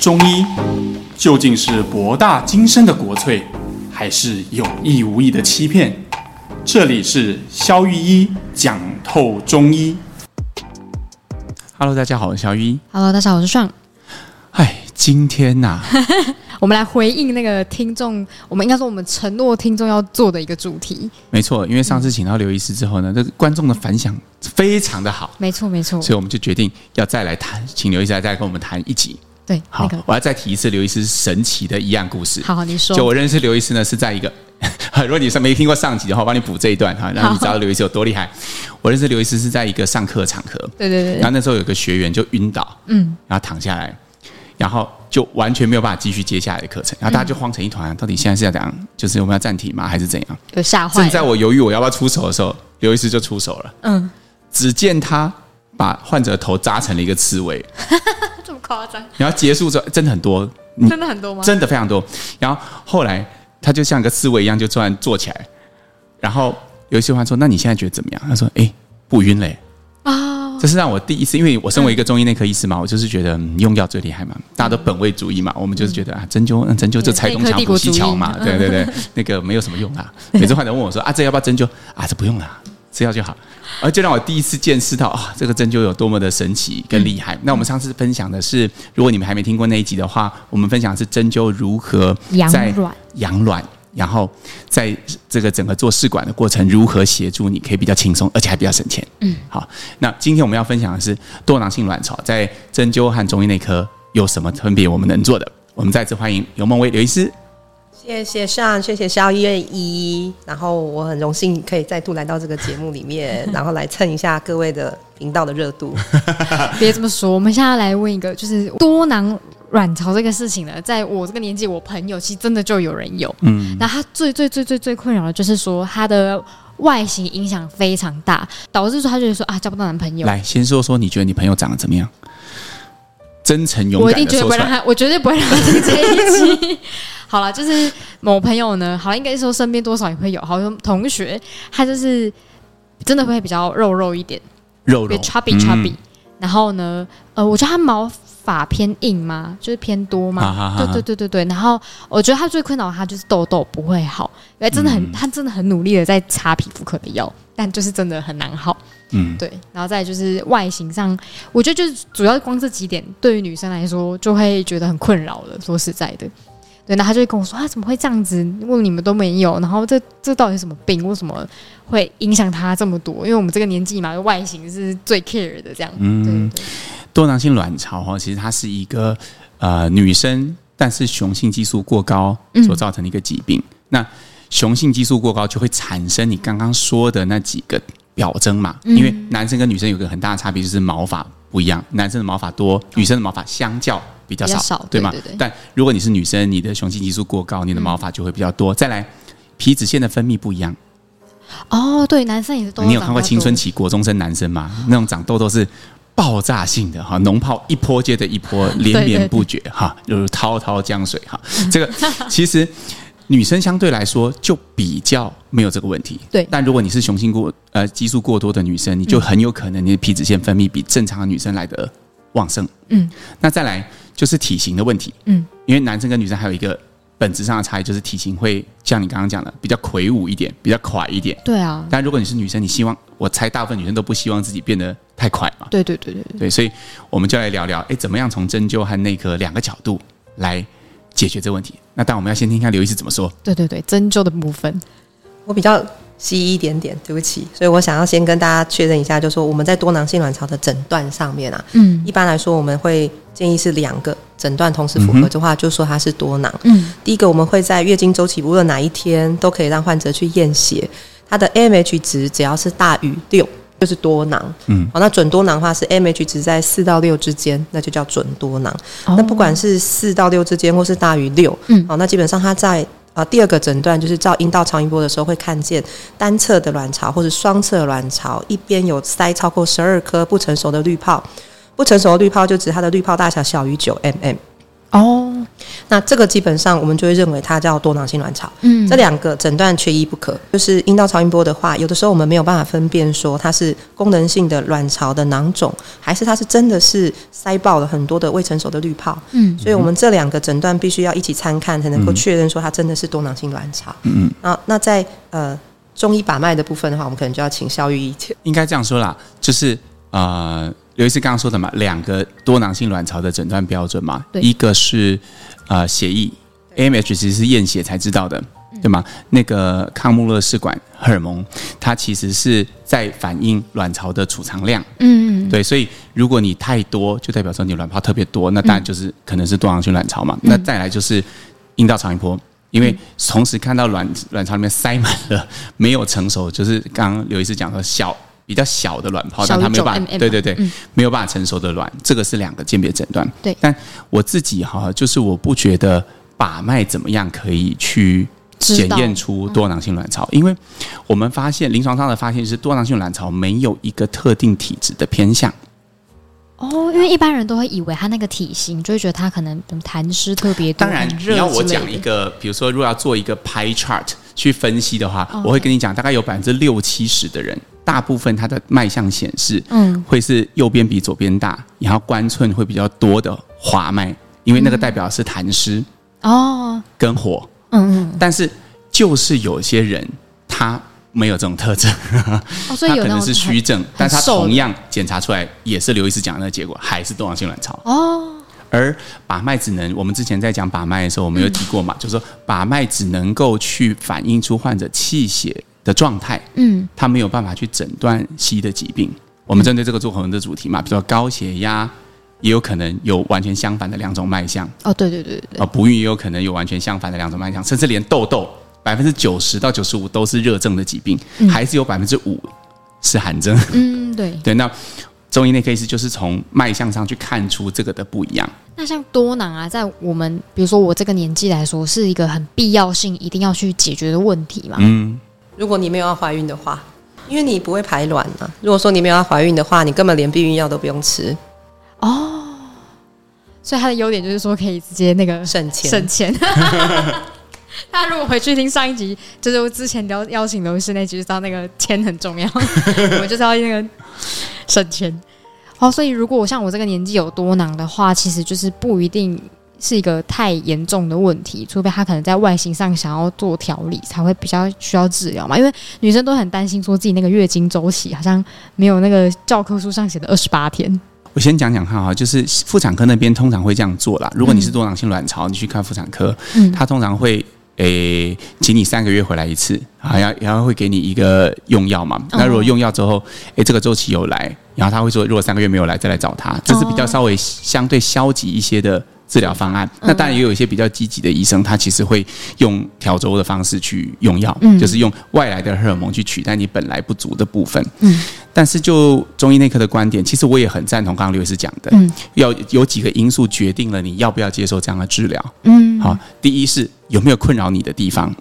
中医究竟是博大精深的国粹，还是有意无意的欺骗？这里是肖玉一讲透中医。Hello，大家好，我是肖玉一。 Hello，大家好，我是尚。哎，今天 呐、我们来回应那个听众，我们应该说我们承诺听众要做的一个主题。没错，因为上次请到刘医师之后呢，这个观众的反响非常的好，没错，没错，所以我们就决定要再来谈，请刘医师来再跟我们谈一集。对，好，那个，我要再提一次刘医师神奇的一样故事。好好你说就我认识刘医师呢，是在一个， 如果你是没听过上集的话，我帮你补这一段哈，让你知道刘医师有多厉害。我认识刘医师是在一个上课场合，对对对然后对，那时候有个学员就晕倒，嗯，然后躺下来，然后就完全没有办法继续接下来的课程，然后大家就慌成一团，啊到底现在是要怎样？就是我们要暂停吗？还是怎样？有吓坏正了，在我犹豫我要不要出手的时候，刘医师就出手了。嗯，只见他把患者的头扎成了一个刺猬，这么夸张，然后结束之后，真的很多，你真的很多吗？真的非常多。然后后来他就像个刺猬一样，就突然坐起来。然后有一些患者说：“那你现在觉得怎么样？”他说：“哎，不晕嘞。”啊，这是让我第一次，因为我身为一个中医内科医师嘛，我就是觉得、嗯用药最厉害嘛，大家都本位主义嘛，我们就是觉得啊，针灸，嗯针灸就拆东内科墙帝补国西墙嘛，主义对对对，那个没有什么用啦。每次患者问我说：“啊，这要不要针灸？”啊，这不用啦，吃药就好。而就让我第一次见识到啊，这个针灸有多么的神奇跟厉害。那我们上次分享的是，如果你们还没听过那一集的话，我们分享的是针灸如何养在卵养卵，然后在这个整个做试管的过程如何协助你可以比较轻松，而且还比较省钱。嗯，好，那今天我们要分享的是多囊性卵巢在针灸和中医内科有什么分别，我们能做的。我们再次欢迎刘梦薇刘医师。谢谢上，谢谢肖医院一，然后我很荣幸可以再度来到这个节目里面，然后来蹭一下各位的频道的热度。 别这么说，我们现在来问一个，就是多囊卵巢这个事情呢，在我这个年纪，我朋友其实真的就有人有，嗯，那他最最最最最困扰的就是说他的。外形影响非常大，导致说他觉得说啊交不到男朋友，来，先说说你觉得你朋友长得怎么样？真诚勇我一敢定的绝说对不出会让来。他，我绝对不会让他听这一集。好了，就是某朋友呢，好，应该说身边多少也会有，好像同学，他就是真的会比较肉肉一点，肉比肉较 chubby 嗯 chubby、然后呢，呃，我觉得他毛发偏硬嘛，就是偏多嘛，啊哈哈哈对对对对对。然后我觉得他最困扰他就是痘痘不会好，因为真的很、嗯他真的很努力的在擦皮肤科的药，但就是真的很难好。嗯，对，然后再来就是外形上，我觉得就是主要光这几点，对于女生来说就会觉得很困扰了。说实在的，对，那他就会跟我说啊，怎么会这样子？问你们都没有，然后这这到底什么病？为什么会影响他这么多？因为我们这个年纪嘛，外形是最 care 的，这样，嗯，对对多囊性卵巢哈，其实它是一个呃女生，但是雄性激素过高所造成的一个疾病。那雄性激素过高就会产生你刚刚说的那几个表征嘛，嗯因为男生跟女生有个很大的差别就是毛发不一样，男生的毛发多，女生的毛发相较比较少，嗯比较少吗对对对但如果你是女生，你的雄性激素过高，你的毛发就会比较多。再来，皮脂腺的分泌不一样。哦，对，男生也是都你有看过长青春痘期国中生男生吗？那种长痘痘是爆炸性的哈，脓泡一波接着一 波，连绵不绝哈，就是滔滔江水哈。嗯这 个其实女生相对来说就比较没有这个问题，对嗯但如果你是雄性过呃激素过多的女生，你就很有可能你的皮脂腺分泌比正常的女生来的旺盛。嗯，那再来就是体型的问题。嗯，因为男生跟女生还有一个。本质上的差异就是体型会像你刚刚讲的比较魁梧一点，比较垮一点，对啊，但如果你是女生，你希望，我猜大部分女生都不希望自己变得太快嘛。对对对对对，对，所以我们就来聊聊，哎，怎么样从针灸和内科两个角度来解决这个问题？那但我们要先听看刘医师怎么说。对对对，针灸的部分，我比较西医一点点，对不起，所以我想要先跟大家确认一下，就是说我们在多囊性卵巢的诊断上面啊，嗯一般来说我们会建议是两个诊断同时符合的话，就说它是多囊。嗯，第一个，我们会在月经周期无论哪一天，都可以让患者去验血，它的 AMH 值只要是大于六，就是多囊。哦嗯，好，那准多囊的话是 AMH 值在四到六之间，那就叫准多囊。那不管是四到六之间，或是大于六，哦嗯好，那基本上它在。啊，第二个诊断就是照阴道超音波的时候会看见单侧的卵巢或者双侧卵巢一边有塞超过十二颗不成熟的滤泡，不成熟的滤泡就指它的滤泡大小小于九 mm，哦，那这个基本上我们就会认为它叫多囊性卵巢。嗯这两个诊断缺一不可。就是阴道超音波的话，有的时候我们没有办法分辨说它是功能性的卵巢的囊肿，还是它是真的是塞爆了很多的未成熟的滤泡。嗯所以我们这两个诊断必须要一起参看，才能够确认说它真的是多囊性卵巢。嗯，那那在呃中医把脉的部分的话，我们可能就要请肖玉医解应该这样说啦，就是呃，刘医师刚刚说的嘛，两个多囊性卵巢的诊断标准嘛，对一个是呃血液 AMH 其实是验血才知道的，嗯对吗？那个康穆勒试管荷尔蒙，它其实是在反映卵巢的储藏量。嗯，对，所以如果你太多，就代表说你卵泡特别多，那当然就是、可能是多囊性卵巢嘛。嗯那再来就是阴道超音波，因为同时看到卵卵巢里面塞满了没有成熟，就是刚刚刘医师讲说小比较小的卵泡，小但于它没有9办法， mm 对对对，没有办法成熟的卵，这个是两个鉴别诊断。对但我自己哈，就是我不觉得把脉怎么样可以去知检道嗯验出多囊性卵巢，因为我们发现临床上的发现是多囊性卵巢没有一个特定体质的偏向，哦，因为一般人都会以为他那个体型，就会觉得他可能嗯痰湿特别多，当然很，热你要我之类讲的一个，比如说，如果要做一个 pie chart 去分析的话 OK 我会跟你讲，大概有百分之六七十的人，大部分他的脉象显示嗯会是右边比左边大，然后关寸会比较多的滑脉，因为那个代表是痰湿哦跟火。嗯嗯但是就是有些人他没有这种特征，哦，所以他有可那能种是虚症，但他瘦的同样检查出来也是刘医师讲的那个结果，还是多囊性卵巢。哦而把脉只能，我们之前在讲把脉的时候，我们有提过嗯嘛，就是说把脉只能够去反映出患者气血的状态，嗯他没有办法去诊断西医的疾病。我们针对这个做很多的主题嘛，比如说高血压，也有可能有完全相反的两种脉象啊、哦对对对对对呃不孕也有可能有完全相反的两种脉象，甚至连痘痘，百分之九十到九十五都是热症的疾病，还是有百分之五是寒症。 嗯对，对，那中医内科医师就是从脉象上去看出这个的不一样。那像多囊啊，在我们比如说我这个年纪来说，是一个很必要性一定要去解决的问题嘛，嗯。 如果你没有要怀孕的话，因为你不会排卵啊。如果说你没有要怀孕的话，你根本连避孕药都不用吃，所以它的优点就是说可以直接那个省钱。省钱。 大家如果回去听上一集，就是我之前邀邀请刘医师那集，就知道那个钱很重 要，我们就是要那个省钱。哦，所以如果我像我这个年纪有多囊的话，其实就是不一定是一个太严重的问题，除非他可能在外形上想要做调理，才会比较需要治疗嘛。因为女生都很担心说自己那个月经周期好像没有那个教科书上写的二十八天。我先讲讲看哈，就是妇产科那边通常会这样做啦。如果你是多囊性卵巢，你去看妇产科，嗯他通常会诶、请你三个月回来一次，还要然后会给你一个用药嘛。那如果用药之后，诶、这个周期有来，然后他会说，如果三个月没有来，再来找他，这是比较稍微相对消极一些的。治疗方案，那当然也有一些比较积极的医生，他其实会用调周的方式去用药，嗯就是用外来的荷尔蒙去取代你本来不足的部分。嗯但是就中医内科的观点，其实我也很赞同刚刚刘医师讲的，嗯要有几个因素决定了你要不要接受这样的治疗。嗯，好，第一是有没有困扰你的地方，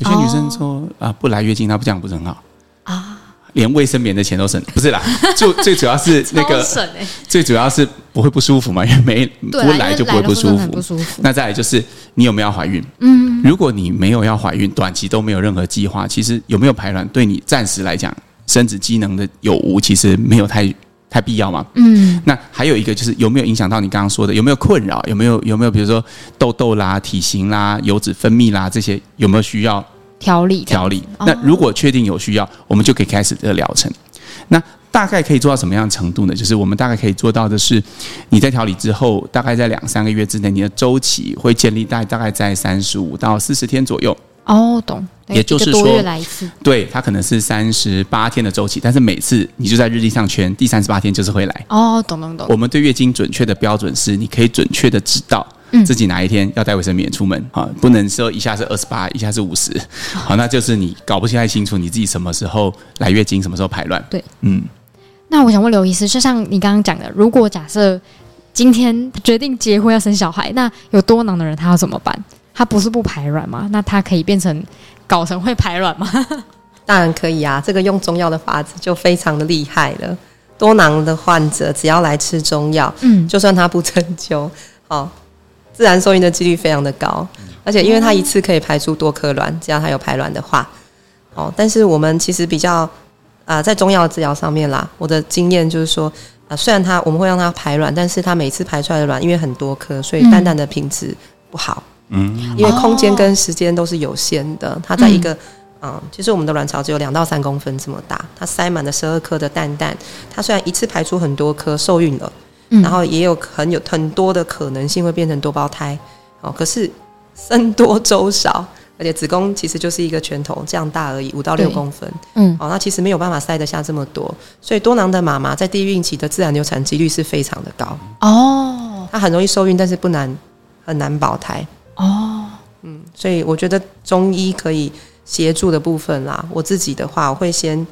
有些哦女生说啊、不来月经，那不这样不是很好啊？连卫生棉的钱都省，不是 啦，就最主要是那超个，省欸最主要是不会不舒服嘛，因为没对啊，不来就不会不舒因为来了会很服不。舒服。那再来就是你有没有要怀孕？嗯，如果你没有要怀孕，短期都没有任何计划，其实有没有排卵对你暂时来讲，生殖机能的有无其实没有太太必要嘛。嗯，那还有一个就是有没有影响到你刚刚说的有没有困扰，有没有有没有比如说痘痘啦、体型啦、油脂分泌啦这些有没有需要调理的，调理？那如果确定有需要，我们就可以开始这个疗程。那大概可以做到什么样的程度呢？就是我们大概可以做到的是，你在调理之后，大概在两三个月之内，你的周期会建立在大概在三十五到四十天左右。哦，懂。对也就是一个多说月来一次，对，它可能是三十八天的周期，但是每次你就在日历上圈，第三十八天就是会来。哦，懂懂懂。我们对月经准确的标准是，你可以准确的知道嗯自己哪一天要带卫生棉出门啊，不能说一下是二十八，一下是五十，好，那就是你搞不太清楚你自己什么时候来月经，什么时候排卵。对，嗯，那我想问刘医师，就像你刚刚讲的，如果假设今天 决定结婚要生小孩，那有多囊的人他要怎么办？他不是不排卵吗？那他可以变成搞成会排卵吗？当然可以啊，这个用中药的法子就非常的厉害了。多囊的患者只要来吃中药，嗯， 就算他不针灸，哦，自然受孕的几率非常的高，而且因为它一次可以排出多颗卵，只要它有排卵的话。哦，但是我们其实比较啊、在中药治疗上面啦，我的经验就是说，啊、虽然它我们会让它排卵，但是它每次排出来的卵因为很多颗，所以蛋蛋的品质不好。嗯，因为哦空间跟时间都是有限的，它在一个。嗯，其实我们的卵巢只有两到三公分这么大，它塞满了十二颗的蛋蛋。它虽然一次排出很多颗，受孕了， 嗯然后也有很有很多的可能性会变成多胞胎。哦，可是僧多粥少，而且子宫其实就是一个拳头这样大而已，五到六对公分。嗯，哦，那其实没有办法塞得下这么多，所以多囊的妈妈在第一孕期的自然流产几率是非常的高，哦她很容易受孕，但是不难很难保胎。哦，所以我觉得中医可以协助的部分啦，我自己的话，我会先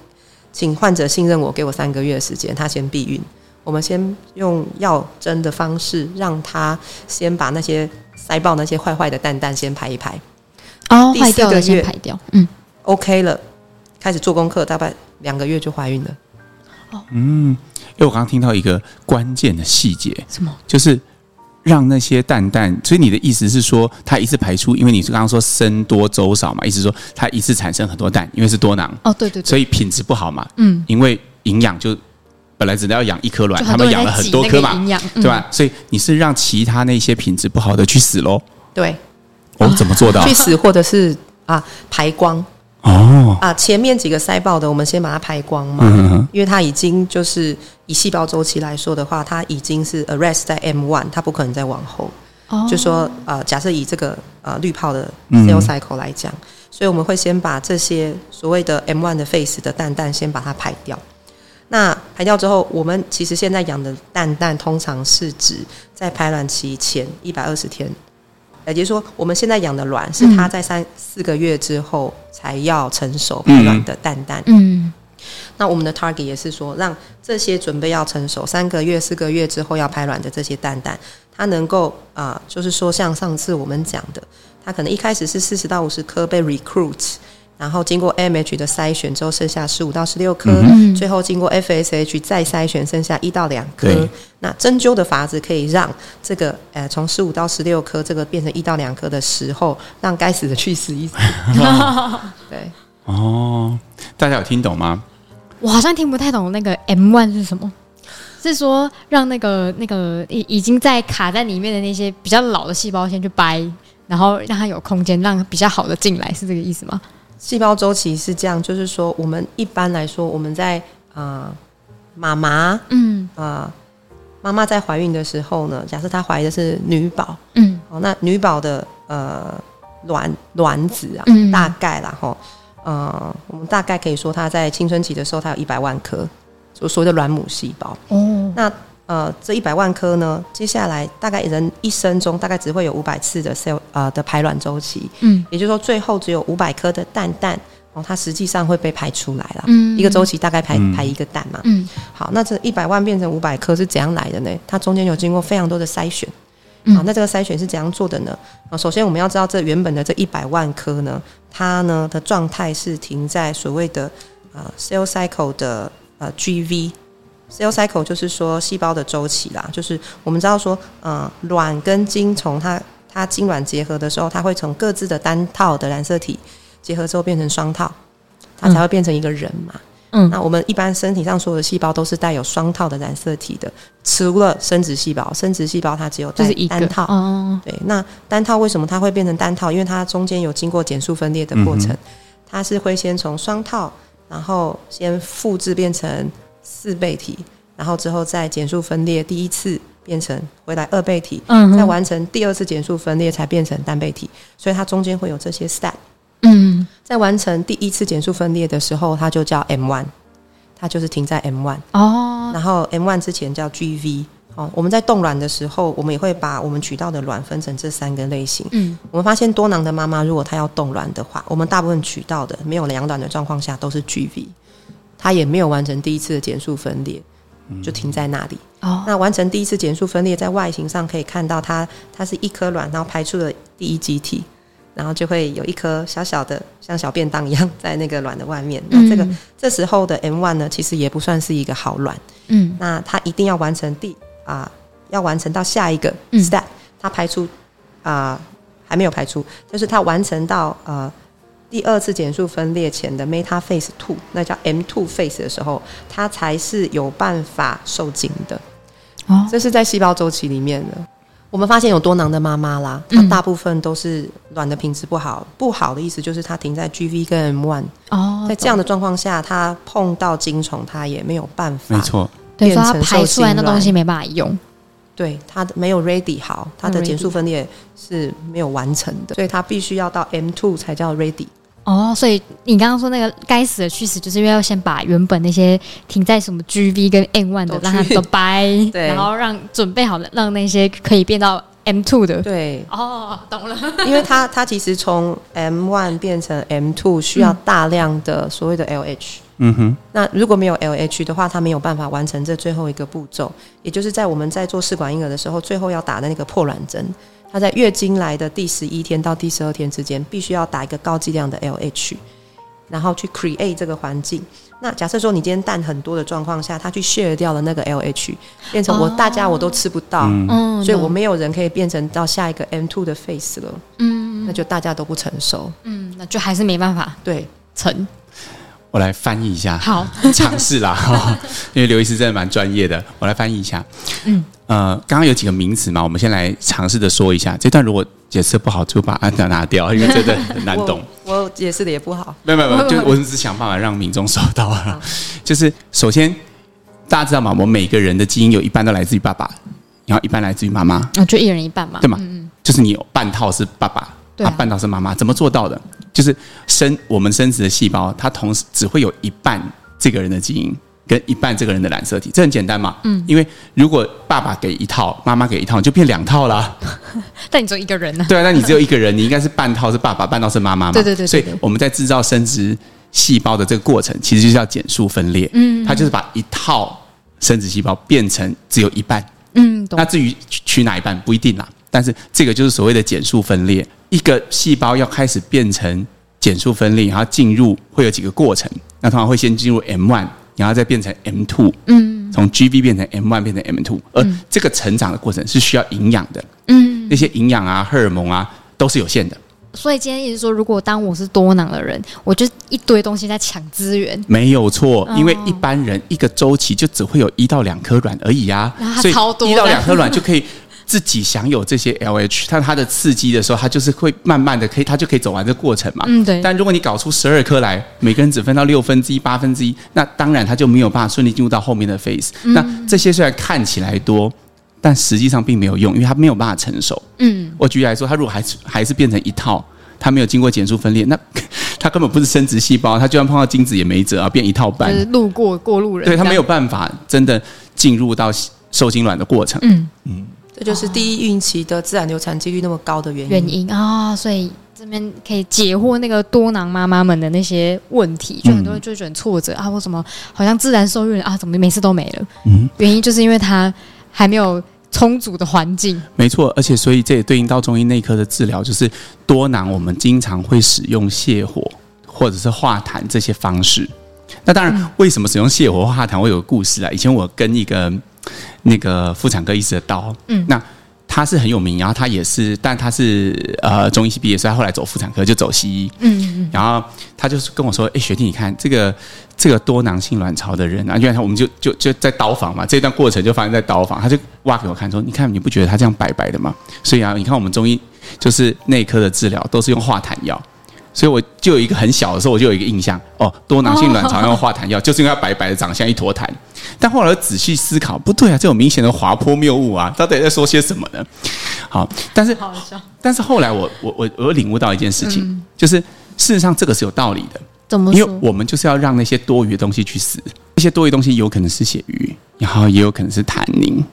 请患者信任我，给我三个月的时间，他先避孕。我们先用药针的方式，让他先把那些塞爆那些坏坏的蛋蛋先排一排哦，第坏四掉个了先月排掉，嗯， ，OK 了，开始做功课，大概两个月就怀孕了。因为我刚刚听到一个关键的细节，什么？就是让那些蛋蛋，所以你的意思是说，它一次排出，因为你是刚刚说生多粥少嘛，意思说它一次产生很多蛋，因为是多囊，哦，对对对，所以品质不好嘛，嗯，因为营养就本来只要养一颗卵，就他很多们人养了在很挤多那颗个嘛，营养，对嗯？吧？所以你是让其他那些品质不好的去死喽？对，哦，怎么做到去？死或者是啊排光哦，啊，前面几个塞爆的，我们先把它排光嘛。嗯嗯因为它已经就是以细胞周期来说的话，它已经是 arrest 在 M one，它不可能再往后。哦，就说呃，假设以这个呃滤泡的嗯 cell cycle 来讲，所以我们会先把这些所谓的 M one 的 face 的蛋蛋先把它排掉。那排掉之后，我们其实现在养的蛋蛋通常是指在排卵期前一百二十天，也就是说，我们现在养的卵是嗯它在三四个月之后才要成熟排卵的蛋蛋。 嗯，那我们的 target 也是说，让这些准备要成熟三个月、四个月之后要排卵的这些蛋蛋，它能够啊、呃就是说像上次我们讲的，它可能一开始是四十到五十颗被 recruit，然后经过 MH 的筛选之后，剩下十五到十六颗，嗯最后经过 FSH 再筛选，剩下一到两颗对。那针灸的法子可以让这个呃从十五到十六颗这个变成一到两颗的时候，让该死的去死一死。对。嗯，哦，大家有听懂吗？我好像听不太懂那个 M one 是什么。是说让那个那个已已经在卡在里面的那些比较老的细胞先去掰，然后让它有空间，让比较好的进来，是这个意思吗？细胞周期是这样，就是说我们一般来说，我们在啊、呃妈妈嗯啊妈妈在怀孕的时候呢，假设她怀的是女宝，嗯哦，那女宝的呃卵卵子啊，嗯大概啦哈，呃，我们大概可以说她在青春期的时候，她有一百万颗，所所谓的卵母细胞。哦那呃，这一百万颗呢，接下来大概人一生中大概只会有五百次的 cell 呃的排卵周期，嗯也就是说，最后只有五百颗的蛋蛋，哦，它实际上会被排出来了。嗯一个周期大概排嗯排一个蛋嘛。嗯好，那这一百万变成五百颗是怎样来的呢？它中间有经过非常多的筛选。嗯好，那这个筛选是怎样做的呢？啊，首先我们要知道这原本的这一百万颗呢，它呢的状态是停在所谓的呃 cell cycle 的呃 GV。cell cycle 就是说细胞的周期啦，就是我们知道说，呃，卵跟精虫它它精卵结合的时候，它会从各自的单套的染色体结合之后变成双套，它才会变成一个人嘛。嗯那我们一般身体上所有的细胞都是带有双套的染色体的，除了生殖细胞，生殖细胞它只有就带是一单个套。哦，对，那单套为什么它会变成单套？因为它中间有经过减数分裂的过程，嗯它是会先从双套，然后先复制变成四倍体，然后之后再减数分裂第一次变成回来二倍体，嗯哼再完成第二次减数分裂才变成单倍体，所以它中间会有这些 step。嗯在完成第一次减数分裂的时候，它就叫 M one，它就是停在 M one，哦然后 M one 之前叫 GV。哦，我们在冻卵的时候，我们也会把我们取到的卵分成这三个类型。嗯我们发现多囊的妈妈，如果她要冻卵的话，我们大部分取到的没有两卵的状况下都是 GV，她也没有完成第一次的减数分裂，就停在那里。哦那完成第一次减数分裂，在外形上可以看到它，它是一颗卵，然后排出了第一集体，然后就会有一颗小小的像小便当一样在那个卵的外面。那这个、嗯这时候的 M one 呢，其实也不算是一个好卵，嗯那它一定要完成第啊、要完成到下一个嗯 step，、它排出啊、还没有排出，就是它完成到呃第二次减数分裂前的 meta phase two，那叫 M two phase 的时候，它才是有办法受精的。哦，这是在细胞周期里面的。我们发现有多囊的妈妈啦，嗯她大部分都是卵的品质不好，不好的意思就是它停在 GV 跟 M1，哦，在这样的状况下，她碰到精虫，她也没有办法，没，错，对，变说它成排受出来精那卵东西没办法用，对它的没有 ready 好，它的减数分裂是没有完成的，所以它必须要到 M2 才叫 ready。哦，所以你刚刚说那个该死的去死，就是因为要先把原本那些停在什么 GV 跟 N one 的都去让它都掰，对然后让准备好了，让那些可以变到 M two 的。 对，哦，懂了。因为它它其实从 M1 变成 M2 需要嗯大量的所谓的 LH。嗯哼，那如果没有 LH 的话，它没有办法完成这最后一个步骤，也就是在我们在做试管婴儿的时候，最后要打的那个破卵针。它在月经来的第十一天到第十二天之间，必须要打一个高剂量的 LH，然后去 create 这个环境。那假设说你今天蛋很多的状况下，它去 share 掉了那个 LH，变成我、哦大家我都吃不到，嗯嗯，所以我懂没有人可以变成到下一个 M2 的 face 了，嗯那就大家都不成熟。嗯，那就还是没办法对，成。我来翻译一下，好，尝试 啦，哈，因为刘医师真的蛮专业的，我来翻译一下。嗯嗯，呃，刚刚有几个名词嘛，我们先来尝试的说一下。这段如果解释不好，就把安娜拿掉，因为真的很难懂。我我解释的也不好。没有没有没 有，就我只是想办法让民众收到了。 就是首先，大家知道嘛，我们每个人的基因有一半都来自于爸爸，然后一半来自于妈妈，那就一人一半嘛。对吗？就是你有半套是爸爸，嗯对啊半套是妈妈，怎么做到的？就是生我们生殖的细胞，它同时只会有一半这个人的基因。跟一半这个人的染色体，这很简单嘛。嗯，因为如果爸爸给一套，妈妈给一套，你就变两套啦。但你只有一个人 呢、对啊，那你只有一个人，你应该是半套是爸爸，半套是妈妈嘛。对对对对所以对我们在制造生殖细胞的这个过程，其实就是要减数分裂。嗯，它就是把一套生殖细胞变成只有一半。嗯，懂那。至于取取哪一半不一定啦，但是这个就是所谓的减数分裂。一个细胞要开始变成减数分裂，然后进入会有几个过程。那通常会先进入 M one，然后再变成 M two，嗯，从 GB 变成 M one 变成 M two，而嗯这个成长的过程是需要营养的，嗯，那些营养啊、荷尔蒙啊都是有限的，所以今天一直说，如果当我是多囊的人，我就一堆东西在抢资源，没有错，因为一般人一个周期就只会有一到两颗卵而已啊然后，它所以超多的一到两颗卵就可以自己享有这些 LH，但它的刺激的时候，它就是会慢慢的可以，它就可以走完这过程嘛。嗯对啊但如果你搞出十二颗来，每个人只分到六分之一、八分之一，那当然它就没有办法顺利进入到后面的 phase、那嗯这些虽然看起来多，但实际上并没有用，因为它没有办法成熟。嗯，我举例来说，它如果还是还是变成一套，它没有经过减数分裂，那 它根本不是生殖细胞，它就算碰到精子也没辙啊，变一套就半。是路过过路人，对，它没有，办法真的进入到受精卵的过程。嗯，这就是第一孕期的自然流产几率那么高的原因。原因啊、所以这边可以解惑那个多囊妈妈们的那些问题，就很多人就会觉得很挫折、啊，我怎么好像自然受孕了啊，怎么每次都没了？嗯，原因就是因为她还没有充足的环境，没错，而且所以这也对应到中医内科的治疗，就是多囊，我们经常会使用泻火或者是化痰这些方式。那当嗯然，为什么使用泻火或化痰？我有个故事啊。以前我跟一个那个妇产科医师的刀，嗯，那他是很有名，然后他也是，但他是呃中医系毕业，所以他后来走妇产科，就走西医。嗯嗯然后他就是跟我说：“哎、学弟，你看这个这个多囊性卵巢的人啊，因为他我们就就就在刀房嘛，这段过程就发生在刀房，他就挖给我看说，你看你不觉得他这样白白的吗？所以啊，你看我们中医就是内科的治疗都是用化痰药。”所以我就有一个很小的时候，我就有一个印象哦，多囊性卵巢用化 痰药，就是因为它白白的长相一坨痰。但后来我仔细思考，不对啊，这有明显的滑坡谬误啊，到底在说些什么呢？好，但是嗯，好 笑，但是后来我我我我领悟到一件事情，就是事实上这个是有道理的，怎么因说为？我们就是要让那些多余的东西去死，那些多余东西有可能是血瘀，然后也有可能是痰凝，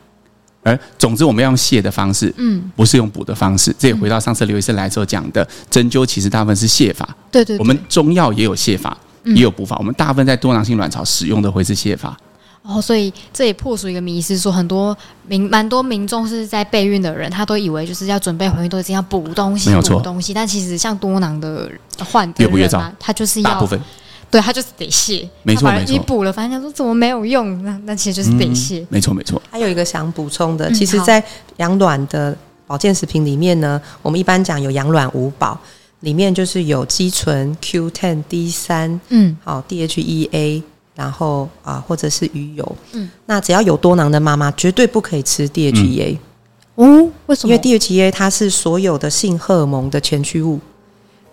而总之我们要用泻的方式，嗯，不是用补的方式。这也回到上次刘医生来时候讲的，针灸其实大部分是泻法，对嗯对对，我们中药也有泻法，也有补法，我们大部分在多囊性卵巢使用的会是泻法，哦，所以这也破除一个迷思，说很多民蛮多民众是在备孕的人，他都以为就是要准备怀孕都一定要补东西没有，补错东西。但其实像多囊的患的越补越人啊糟他就是大部要分对他就是得卸，没他错把没你错补了，反正说怎么没有用，那那其实就是得卸。没错没错，还有一个想补充的，嗯其实，好在养卵的保健食品里面呢，我们一般讲有养卵五宝，里面就是有肌醇、Q10、D 三，哦嗯好 DHEA，然 E 后啊、或者是鱼油，嗯，那只要有多囊的妈妈绝对不可以吃 E DHEA，、哦，为什因么？为 DHEA 它是所有的性荷尔蒙的前驱物。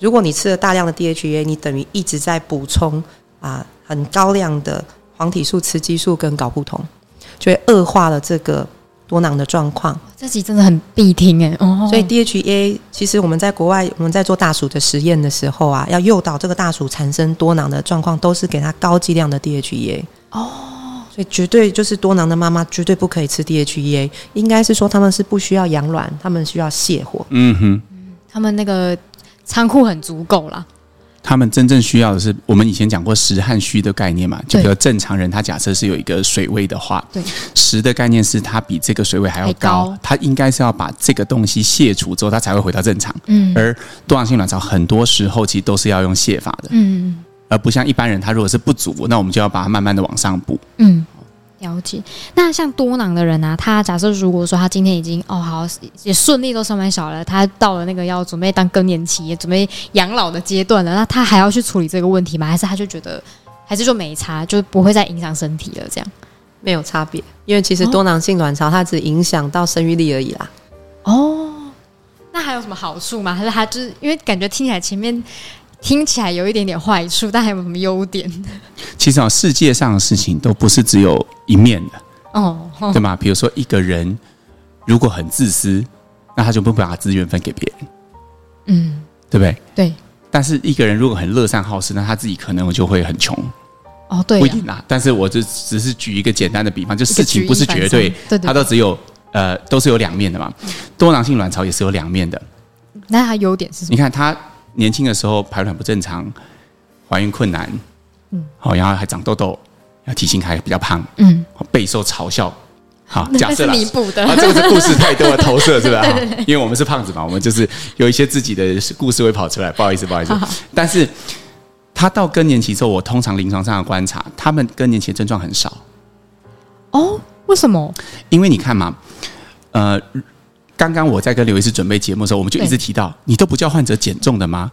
如果你吃了大量的 DHEA，你等于一直在补充啊、很高量的黄体素、雌激素跟睾固酮，就会恶化了这个多囊的状况。这集真的很必听哎，哦，所以 DHEA 其实我们在国外我们在做大鼠的实验的时候啊，要诱导这个大鼠产生多囊的状况，都是给它高剂量的 DHEA。哦，所以绝对就是多囊的妈妈绝对不可以吃 DHEA，应该是说他们是不需要养卵，他们需要泻火。嗯哼，他们那个仓库很足够啦，他们真正需要的是我们以前讲过实和虚的概念嘛，就对比如正常人他假设是有一个水位的话，对，实的概念是它比这个水位还要还高，高它应该是要把这个东西卸除之后，它才会回到正常。嗯而多囊性卵巢很多时候其实都是要用泻法的，嗯而不像一般人他如果是不足，那我们就要把它慢慢的往上补。嗯，了解。那像多囊的人啊，他假设如果说他今天已经哦好也顺利都生完小孩了，他到了那个要准备当更年期、也准备养老的阶段了，那他还要去处理这个问题吗？还是他就觉得还是就没差，就不会再影响身体了？这样没有差别，因为其实哦多囊性卵巢它只影响到生育力而已啦。哦，那还有什么好处吗？还是他就是因为感觉听起来前面听起来有一点点坏处，但还有什么优点？其实啊，世界上的事情都不是只有一面的，哦，哦对吗？比如说一个人如果很自私，那他就不把资源分给别人，嗯，对不对？对，但是一个人如果很乐善好施，那他自己可能就会很穷，哦对不啦一定啦。但是我就只是举一个简单的比方，就事情不是绝对一个举一，反三对对嗯它都只有呃都是有两面的嘛。多囊性卵巢也是有两面的，那它优点是什你么？看她年轻的时候排卵不正常，怀孕困难，嗯，好，然后还长痘痘，然后体型还比较胖，嗯，好备受嘲笑。好，假那设是啦，弥补的啊，，这个是故事太 多的投射，是吧？因为我们是胖子嘛，我们就是有一些自己的故事会跑出来，不好意思，不好意思。但是他到更年期之后，我通常临床上的观察，他们更年期的症状很少，哦，为什么？因为你看嘛，呃，刚刚我在跟刘医师准备节目的时候，我们就一直对提到，你都不叫患者减重的吗？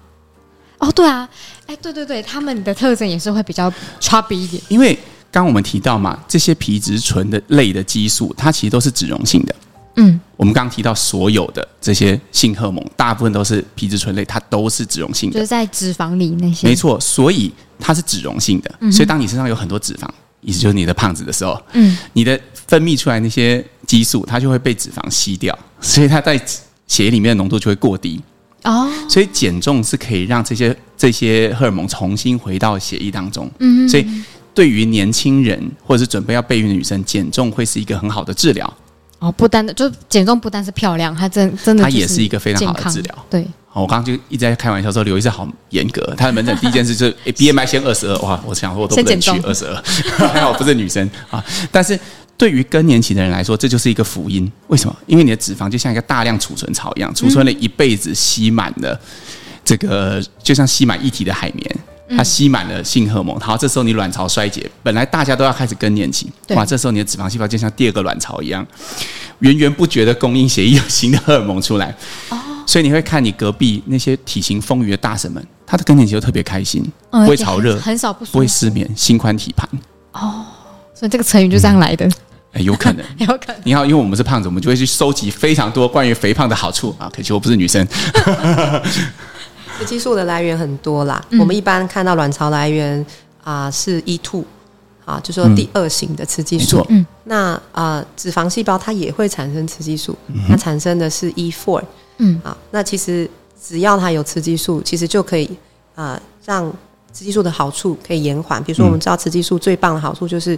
哦，对啊，哎，对对对，他们的特征也是会比较 chubby 一点。因为刚刚我们提到嘛，这些皮质醇的类的激素，它其实都是脂溶性的。嗯，我们刚刚提到所有的这些性荷尔蒙，大部分都是皮质醇类，它都是脂溶性的就是。在脂肪里那些。没错，所以它是脂溶性的，所以当你身上有很多脂肪，意思就是你的胖子的时候，嗯，你的分泌出来那些激素，它就会被脂肪吸掉，所以它在血里面的浓度就会过低。哦，所以减重是可以让这些这些荷尔蒙重新回到血液当中。嗯，所以对于年轻人或者是准备要备孕的女生，减重会是一个很好的治疗。哦，不单的，就减重不单是漂亮，它真真的它就也是一个非常好的健康治疗。对，好，我刚刚就一直在开玩笑说刘医生好严格，他的门诊第一件事就是、哎诶 BMI 先二十二，哇，我想说我都不能先减去重二十二， 还好不是女生啊。但是对于更年期的人来说，这就是一个福音。为什么？因为你的脂肪就像一个大量储存槽一样，储存嗯了一辈子，吸满了这个，就像吸满一体的海绵。嗯它吸满了性荷尔蒙，好，这时候你卵巢衰竭，本来大家都要开始更年期，对哇，这时候你的脂肪细胞就像第二个卵巢一样，源源不绝的供应血液有新的荷尔蒙出来，所以你会看你隔壁那些体型丰腴的大神们，他的更年期都特别开心，嗯不会潮热很，很少不不舒会服，失眠，心宽体盘，所以这个成语就这样来的，哎，有可能。有可能。你好，因为我们是胖子，我们就会去收集非常多关于肥胖的好处啊。可惜我不是女生，雌激素的来源很多啦，我们一般看到卵巢来源啊、是 E two 啊，就说第二型的雌激没素。错，那啊、脂肪细胞它也会产生雌激素，它产生的是 E four。嗯，啊，那其实只要它有雌激素，其实就可以啊、让雌激素的好处可以延缓。比如说，我们知道雌激素最棒的好处就是。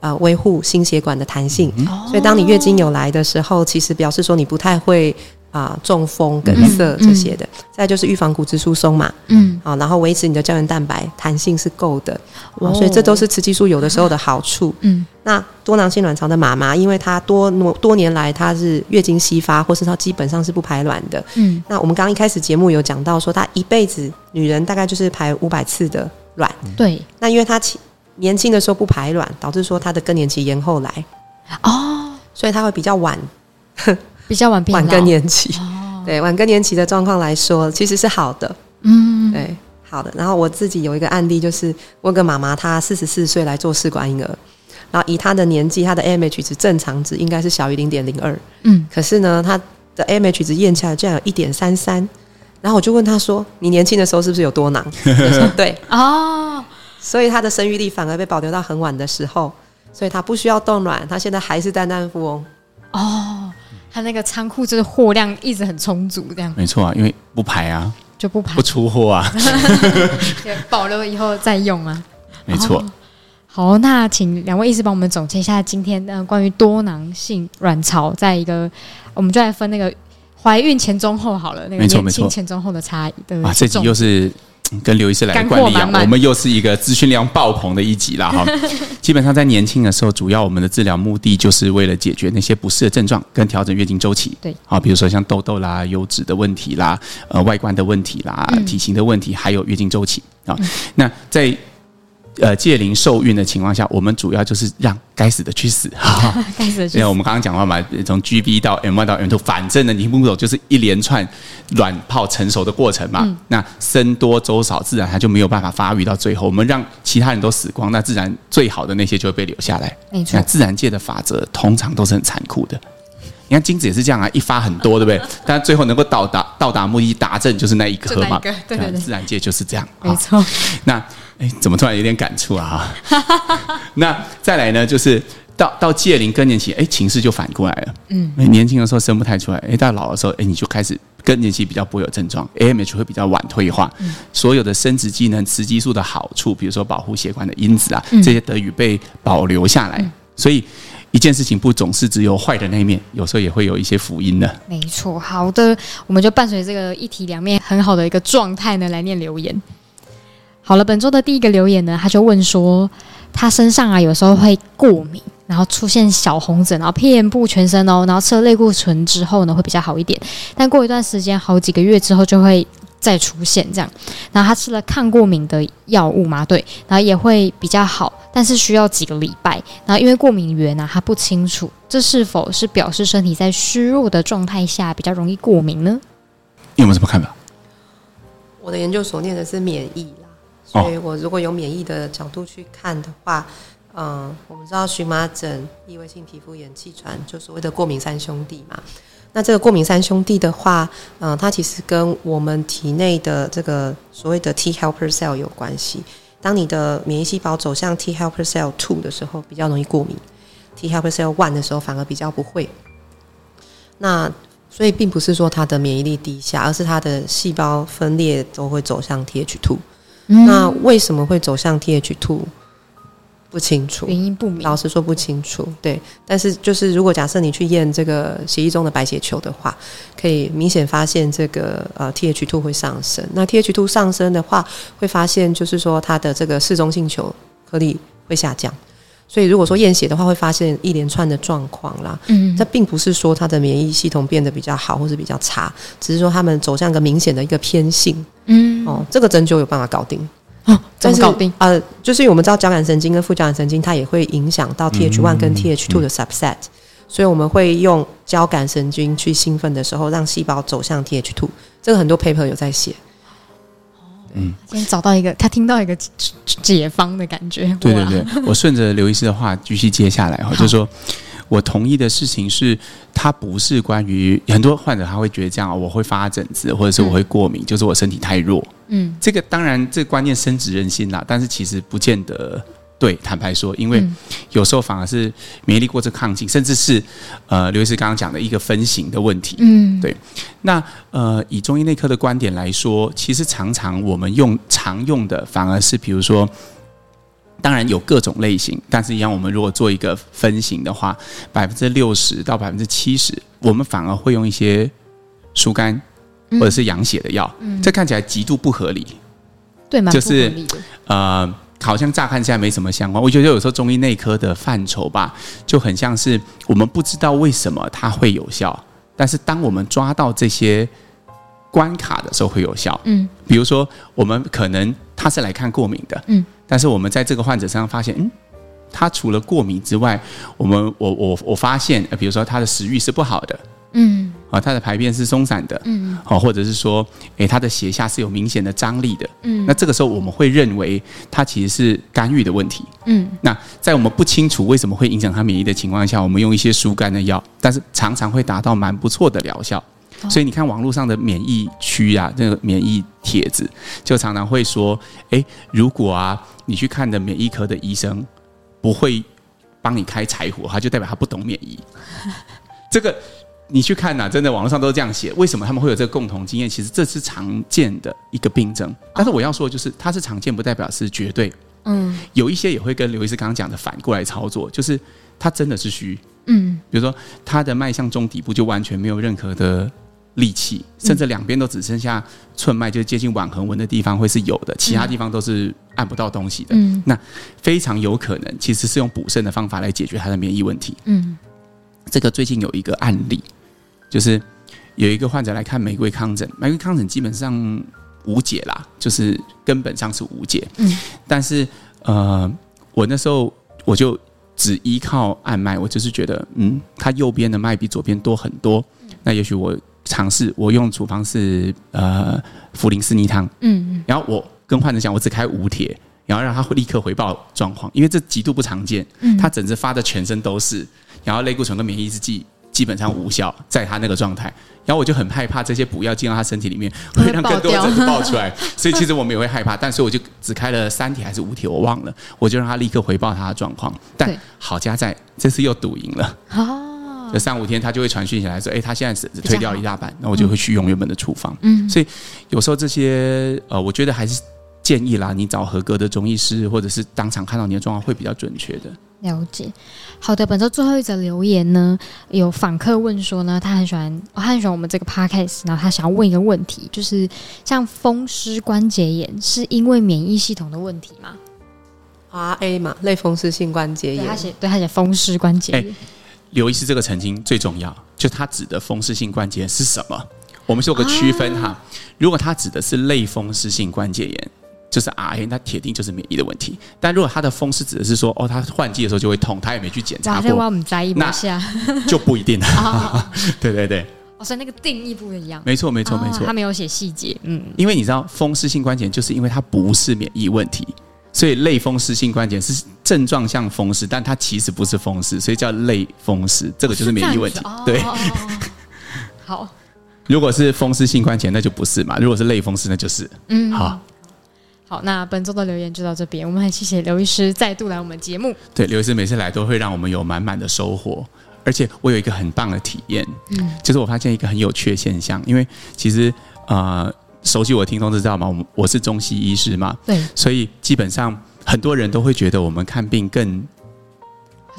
呃，维护心血管的弹性，所以当你月经有来的时候，其实表示说你不太会啊、中风、梗塞这些的。再就是预防骨质疏松嘛，嗯，啊，然后维持你的胶原蛋白弹性是够的，啊哦所以这都是雌激素有的时候的好处。嗯，那多囊性卵巢的妈妈，因为她多多年来她是月经稀发，或是她基本上是不排卵的。嗯，那我们刚刚一开始节目有讲到说，她一辈子女人大概就是排五百次的卵，嗯对，那因为她起年轻的时候不排卵，导致说她的更年期延后来，哦，所以她会比较晚比较晚变晚老更年期。哦， 对晚更年期的状况来说，其实是好的，嗯，对，好的。然后我自己有一个案例，就是我有个妈妈，她四十四岁来做试管婴儿，然后以她的年纪，她的 AMH 值正常值应该是小于零点零二，嗯，可是呢，她的 AMH 值验下来竟然有一点三三。然后我就问她说：“你年轻的时候是不是有多囊？” 她说：“对。哦，”所以她的生育力反而被保留到很晚的时候，所以她不需要冻卵，她现在还是蛋蛋富翁。哦，他那个仓库就是货量一直很充足，这样没错啊，因为不排啊，就不排不，出货啊，也保留以后再用啊。没错。哦好，那请两位医师帮我们总结一下今天呃关于多囊性卵巢，在一个我们就来分那个怀孕前中后好了，那个没错年没错轻前中后的差异的啊，这这集种又是嗯跟刘医师来的惯例一干货样，满满我们又是一个资讯量爆棚的一集啦 哈。基本上在年轻的时候，主要我们的治疗目的就是为了解决那些不适的症状跟调整月经周期。对，好，比如说像痘痘啦、油脂的问题啦、呃外观的问题啦、嗯体型的问题，还有月经周期啊。那在呃届龄受孕的情况下，我们主要就是让该死的去死，哈哈开始因为就我是们刚刚讲话嘛，从 GB 到 M1 到 M2，反正呢，你听不懂就是一连串卵泡成熟的过程嘛。嗯那生多粥少，自然它就没有办法发育到最后。我们让其他人都死光，那自然最好的那些就会被留下来。没错那自然界的法则通常都是很残酷的。你看精子也是这样啊，一发很多，对不对？但最后能够到达到达目的达阵就是那一颗就那一嘛。个对对那对自然界就是这样。没啊错，那哎，怎么突然有点感触啊？哈，那再来呢，就是到到届龄更年期，哎，情势就反过来了。嗯，年轻的时候生不太出来，哎，到老的时候，哎，你就开始更年期比较不会有症状，AMH 会比较晚退化，所有的生殖机能、雌激素的好处，比如说保护血管的因子啊，这些得以被保留下来。所以一件事情不总是只有坏的那一面，有时候也会有一些福音的。没错。好的，我们就伴随这个一体两面很好的一个状态呢来念留言。好了，本周的第一个留言呢，他就问说，他身上啊有时候会过敏，然后出现小红疹，然后遍布全身哦，然后吃了类固醇之后呢会比较好一点，但过一段时间，好几个月之后就会再出现这样。然后他吃了抗过敏的药物嘛，对，然后也会比较好，但是需要几个礼拜。然后因为过敏源啊，他不清楚，这是否是表示身体在虚弱的状态下比较容易过敏呢？你有没有什么看法？我的研究所念的是免疫啦，哦所以我如果有免疫的角度去看的话，嗯、我们知道荨麻疹、异位性皮肤炎、气喘，就所谓的过敏三兄弟嘛。那这个过敏三兄弟的话，嗯、它其实跟我们体内的这个所谓的 T helper cell 有关系。当你的免疫细胞走向 T helper cell two 的时候，比较容易过敏；T helper cell one 的时候，反而比较不会。那所以并不是说它的免疫力低下，而是它的细胞分裂都会走向 TH2。那嗯为什么会走向 TH2？不清楚，原因不嗯明老实说不清楚。对，但是就是如果假设你去验这个血液中的白血球的话，可以明显发现这个呃 TH2 会上升。那 TH2 上升的话，会发现就是说它的这个嗜中性球颗粒会下降。所以如果说验血的话，会发现一连串的状况啦。嗯这并不是说他的免疫系统变得比较好或是比较差，只是说他们走向一个明显的一个偏性嗯哦。这个针灸有办法搞定，哦，怎但么是搞定？呃，就是因为我们知道交感神经跟副交感神经，它也会影响到 TH1 跟 TH2 的 subset，、所以我们会用交感神经去兴奋的时候，让细胞走向 TH2。这个很多 paper 有在写，今天找到一个，他听到一个解解方的感觉。 对对哇，对，我顺着刘医师的话继续接下来哈，好就是说我同意的事情是，它不是关于很多患者他会觉得这样，哦我会发疹子，或者是我会过敏，就是我身体太弱。嗯，这个当然这个观念深植人心啦，但是其实不见得对。坦白说，因为嗯有时候反而是免疫力过度亢进，甚至是呃刘医师刚刚讲的一个分型的问题。嗯，对那呃，以中医内科的观点来说，其实常常我们用常用的反而是，比如说，当然有各种类型，但是一样，我们如果做一个分型的话，百分之六十到百分之七十，我们反而会用一些疏肝嗯或者是养血的药，这看起来极度不合理。对，蛮就不合是理的。呃，好像乍看起来没什么相关。我觉得有时候中医内科的范畴吧，就很像是我们不知道为什么它会有效，但是当我们抓到这些关卡的时候会有效。嗯，比如说我们可能他是来看过敏的，嗯，但是我们在这个患者身上发现，嗯。他除了过敏之外，我们我我我发现，呃比如说他的食欲是不好的，嗯啊，它的排便是松散的，嗯好，或者是说，诶，它的胁下是有明显的张力的。嗯那这个时候我们会认为它其实是干预的问题。嗯那在我们不清楚为什么会影响它免疫的情况下，我们用一些疏肝的药，但是常常会达到蛮不错的疗效。哦所以你看网络上的免疫区啊，那个免疫帖子，就常常会说，诶，如果啊你去看的免疫科的医生不会帮你开柴火，他就代表他不懂免疫。这个你去看呐、真的网络上都是这样写。为什么他们会有这个共同经验？其实这是常见的一个病症。但是我要说，的就是它是常见，不代表是绝对。嗯有一些也会跟刘医师刚刚讲的反过来操作，就是他真的是虚，嗯比如说他的脉象中底部就完全没有任何的力气，甚至两边都只剩下寸脉，就是接近腕横纹的地方会是有的，其他地方都是按不到东西的。嗯非常有可能其实是用补肾的方法来解决他的免疫问题。嗯这个最近有一个案例，就是有一个患者来看玫瑰糠疹，玫瑰糠疹基本上无解啦，就是根本上是无解。嗯，但是呃，我那时候我就只依靠按脉，我就是觉得，嗯，他右边的脉比左边多很多，那也许我尝试我用处方是呃茯苓四逆汤，嗯然后我跟患者讲，我只开五帖。然后让他会立刻回报状况，因为这极度不常见。嗯他整只发的全身都是，然后类固醇跟免疫制剂基本上无效，在他那个状态，然后我就很害怕这些补药进到他身体里面会让更多的疹子爆出来，所以其实我们也会害怕，但是我就只开了三帖还是五帖，我忘了，我就让他立刻回报他的状况，但对好家在这次又赌赢了，啊这三五天他就会传讯起来说，哎，他现在只只推比较掉好一大半，那我就会去用原本的处方，嗯所以有时候这些呃，我觉得还是。建议啦，你找合格的中医师，或者是当场看到你的状况会比较准确的。了解。好的，本周最后一则留言呢，有访客问说呢，他很喜欢，哦他很喜欢我们这个 podcast，然后他想要问一个问题，就是像风湿关节炎是因为免疫系统的问题吗？ RA 嘛，类风湿性关哎节对炎他。写，对他写风湿关节炎。刘医师这个澄清最重要，就他指的风湿性关节炎是什么？我们是有个区分哈。啊如果他指的是类风湿性关节炎，就是 RA，那铁定就是免疫的问题。但如果他的风湿指的是说，哦，他换季的时候就会痛，他也没去检查哇，这我过，们在意一那下，就不一定了。啊 对对对， 哦，所以那个定义不一样。没错没错没哦错他。没有写细节，嗯，因为你知道风湿性关节炎就是因为它不是免疫问题，所以类风湿性关节炎是症状像风湿，但它其实不是风湿，所以叫类风湿，这个就是免疫问题是这。样子对。哦哦哦哦好，如果是风湿性关节，那就不是嘛；如果是类风湿，那就是。嗯，好，好，那本周的留言就到这边，我们很谢谢刘医师再度来我们节目，对，刘医师每次来都会让我们有满满的收获，而且我有一个很棒的体验，嗯，就是我发现一个很有趣的现象，因为其实呃，熟悉我的听众都知道嘛，我们我是中西医师嘛，对，所以基本上很多人都会觉得我们看病更，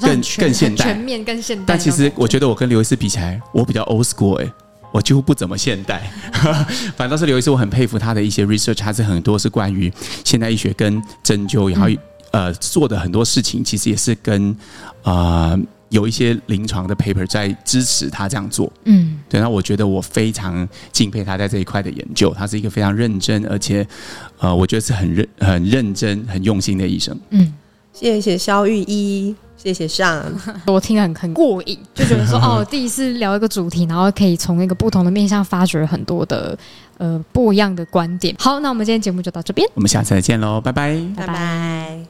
好像更全更现代全面、更现代那但种其感觉。实我觉得我跟刘医师比起来，我比较 old school 哎、我几乎不怎么现代， 反倒是刘医师，我很佩服他的一些 research，他是很多是关于现代医学跟针灸，然后、呃做的很多事情，其实也是跟呃有一些临床的 paper 在支持他这样做。嗯对，那我觉得我非常敬佩他在这一块的研究，他是一个非常认真，而且呃我觉得是很认很认真、很用心的医生。嗯，谢谢肖玉一，谢 谢上，我听得很很过瘾，就觉得说哦，第一次聊一个主题，然后可以从一个不同的面向发掘很多的呃不一样的观点。好，那我们今天节目就到这边，我们下次再见喽，拜拜。拜拜拜拜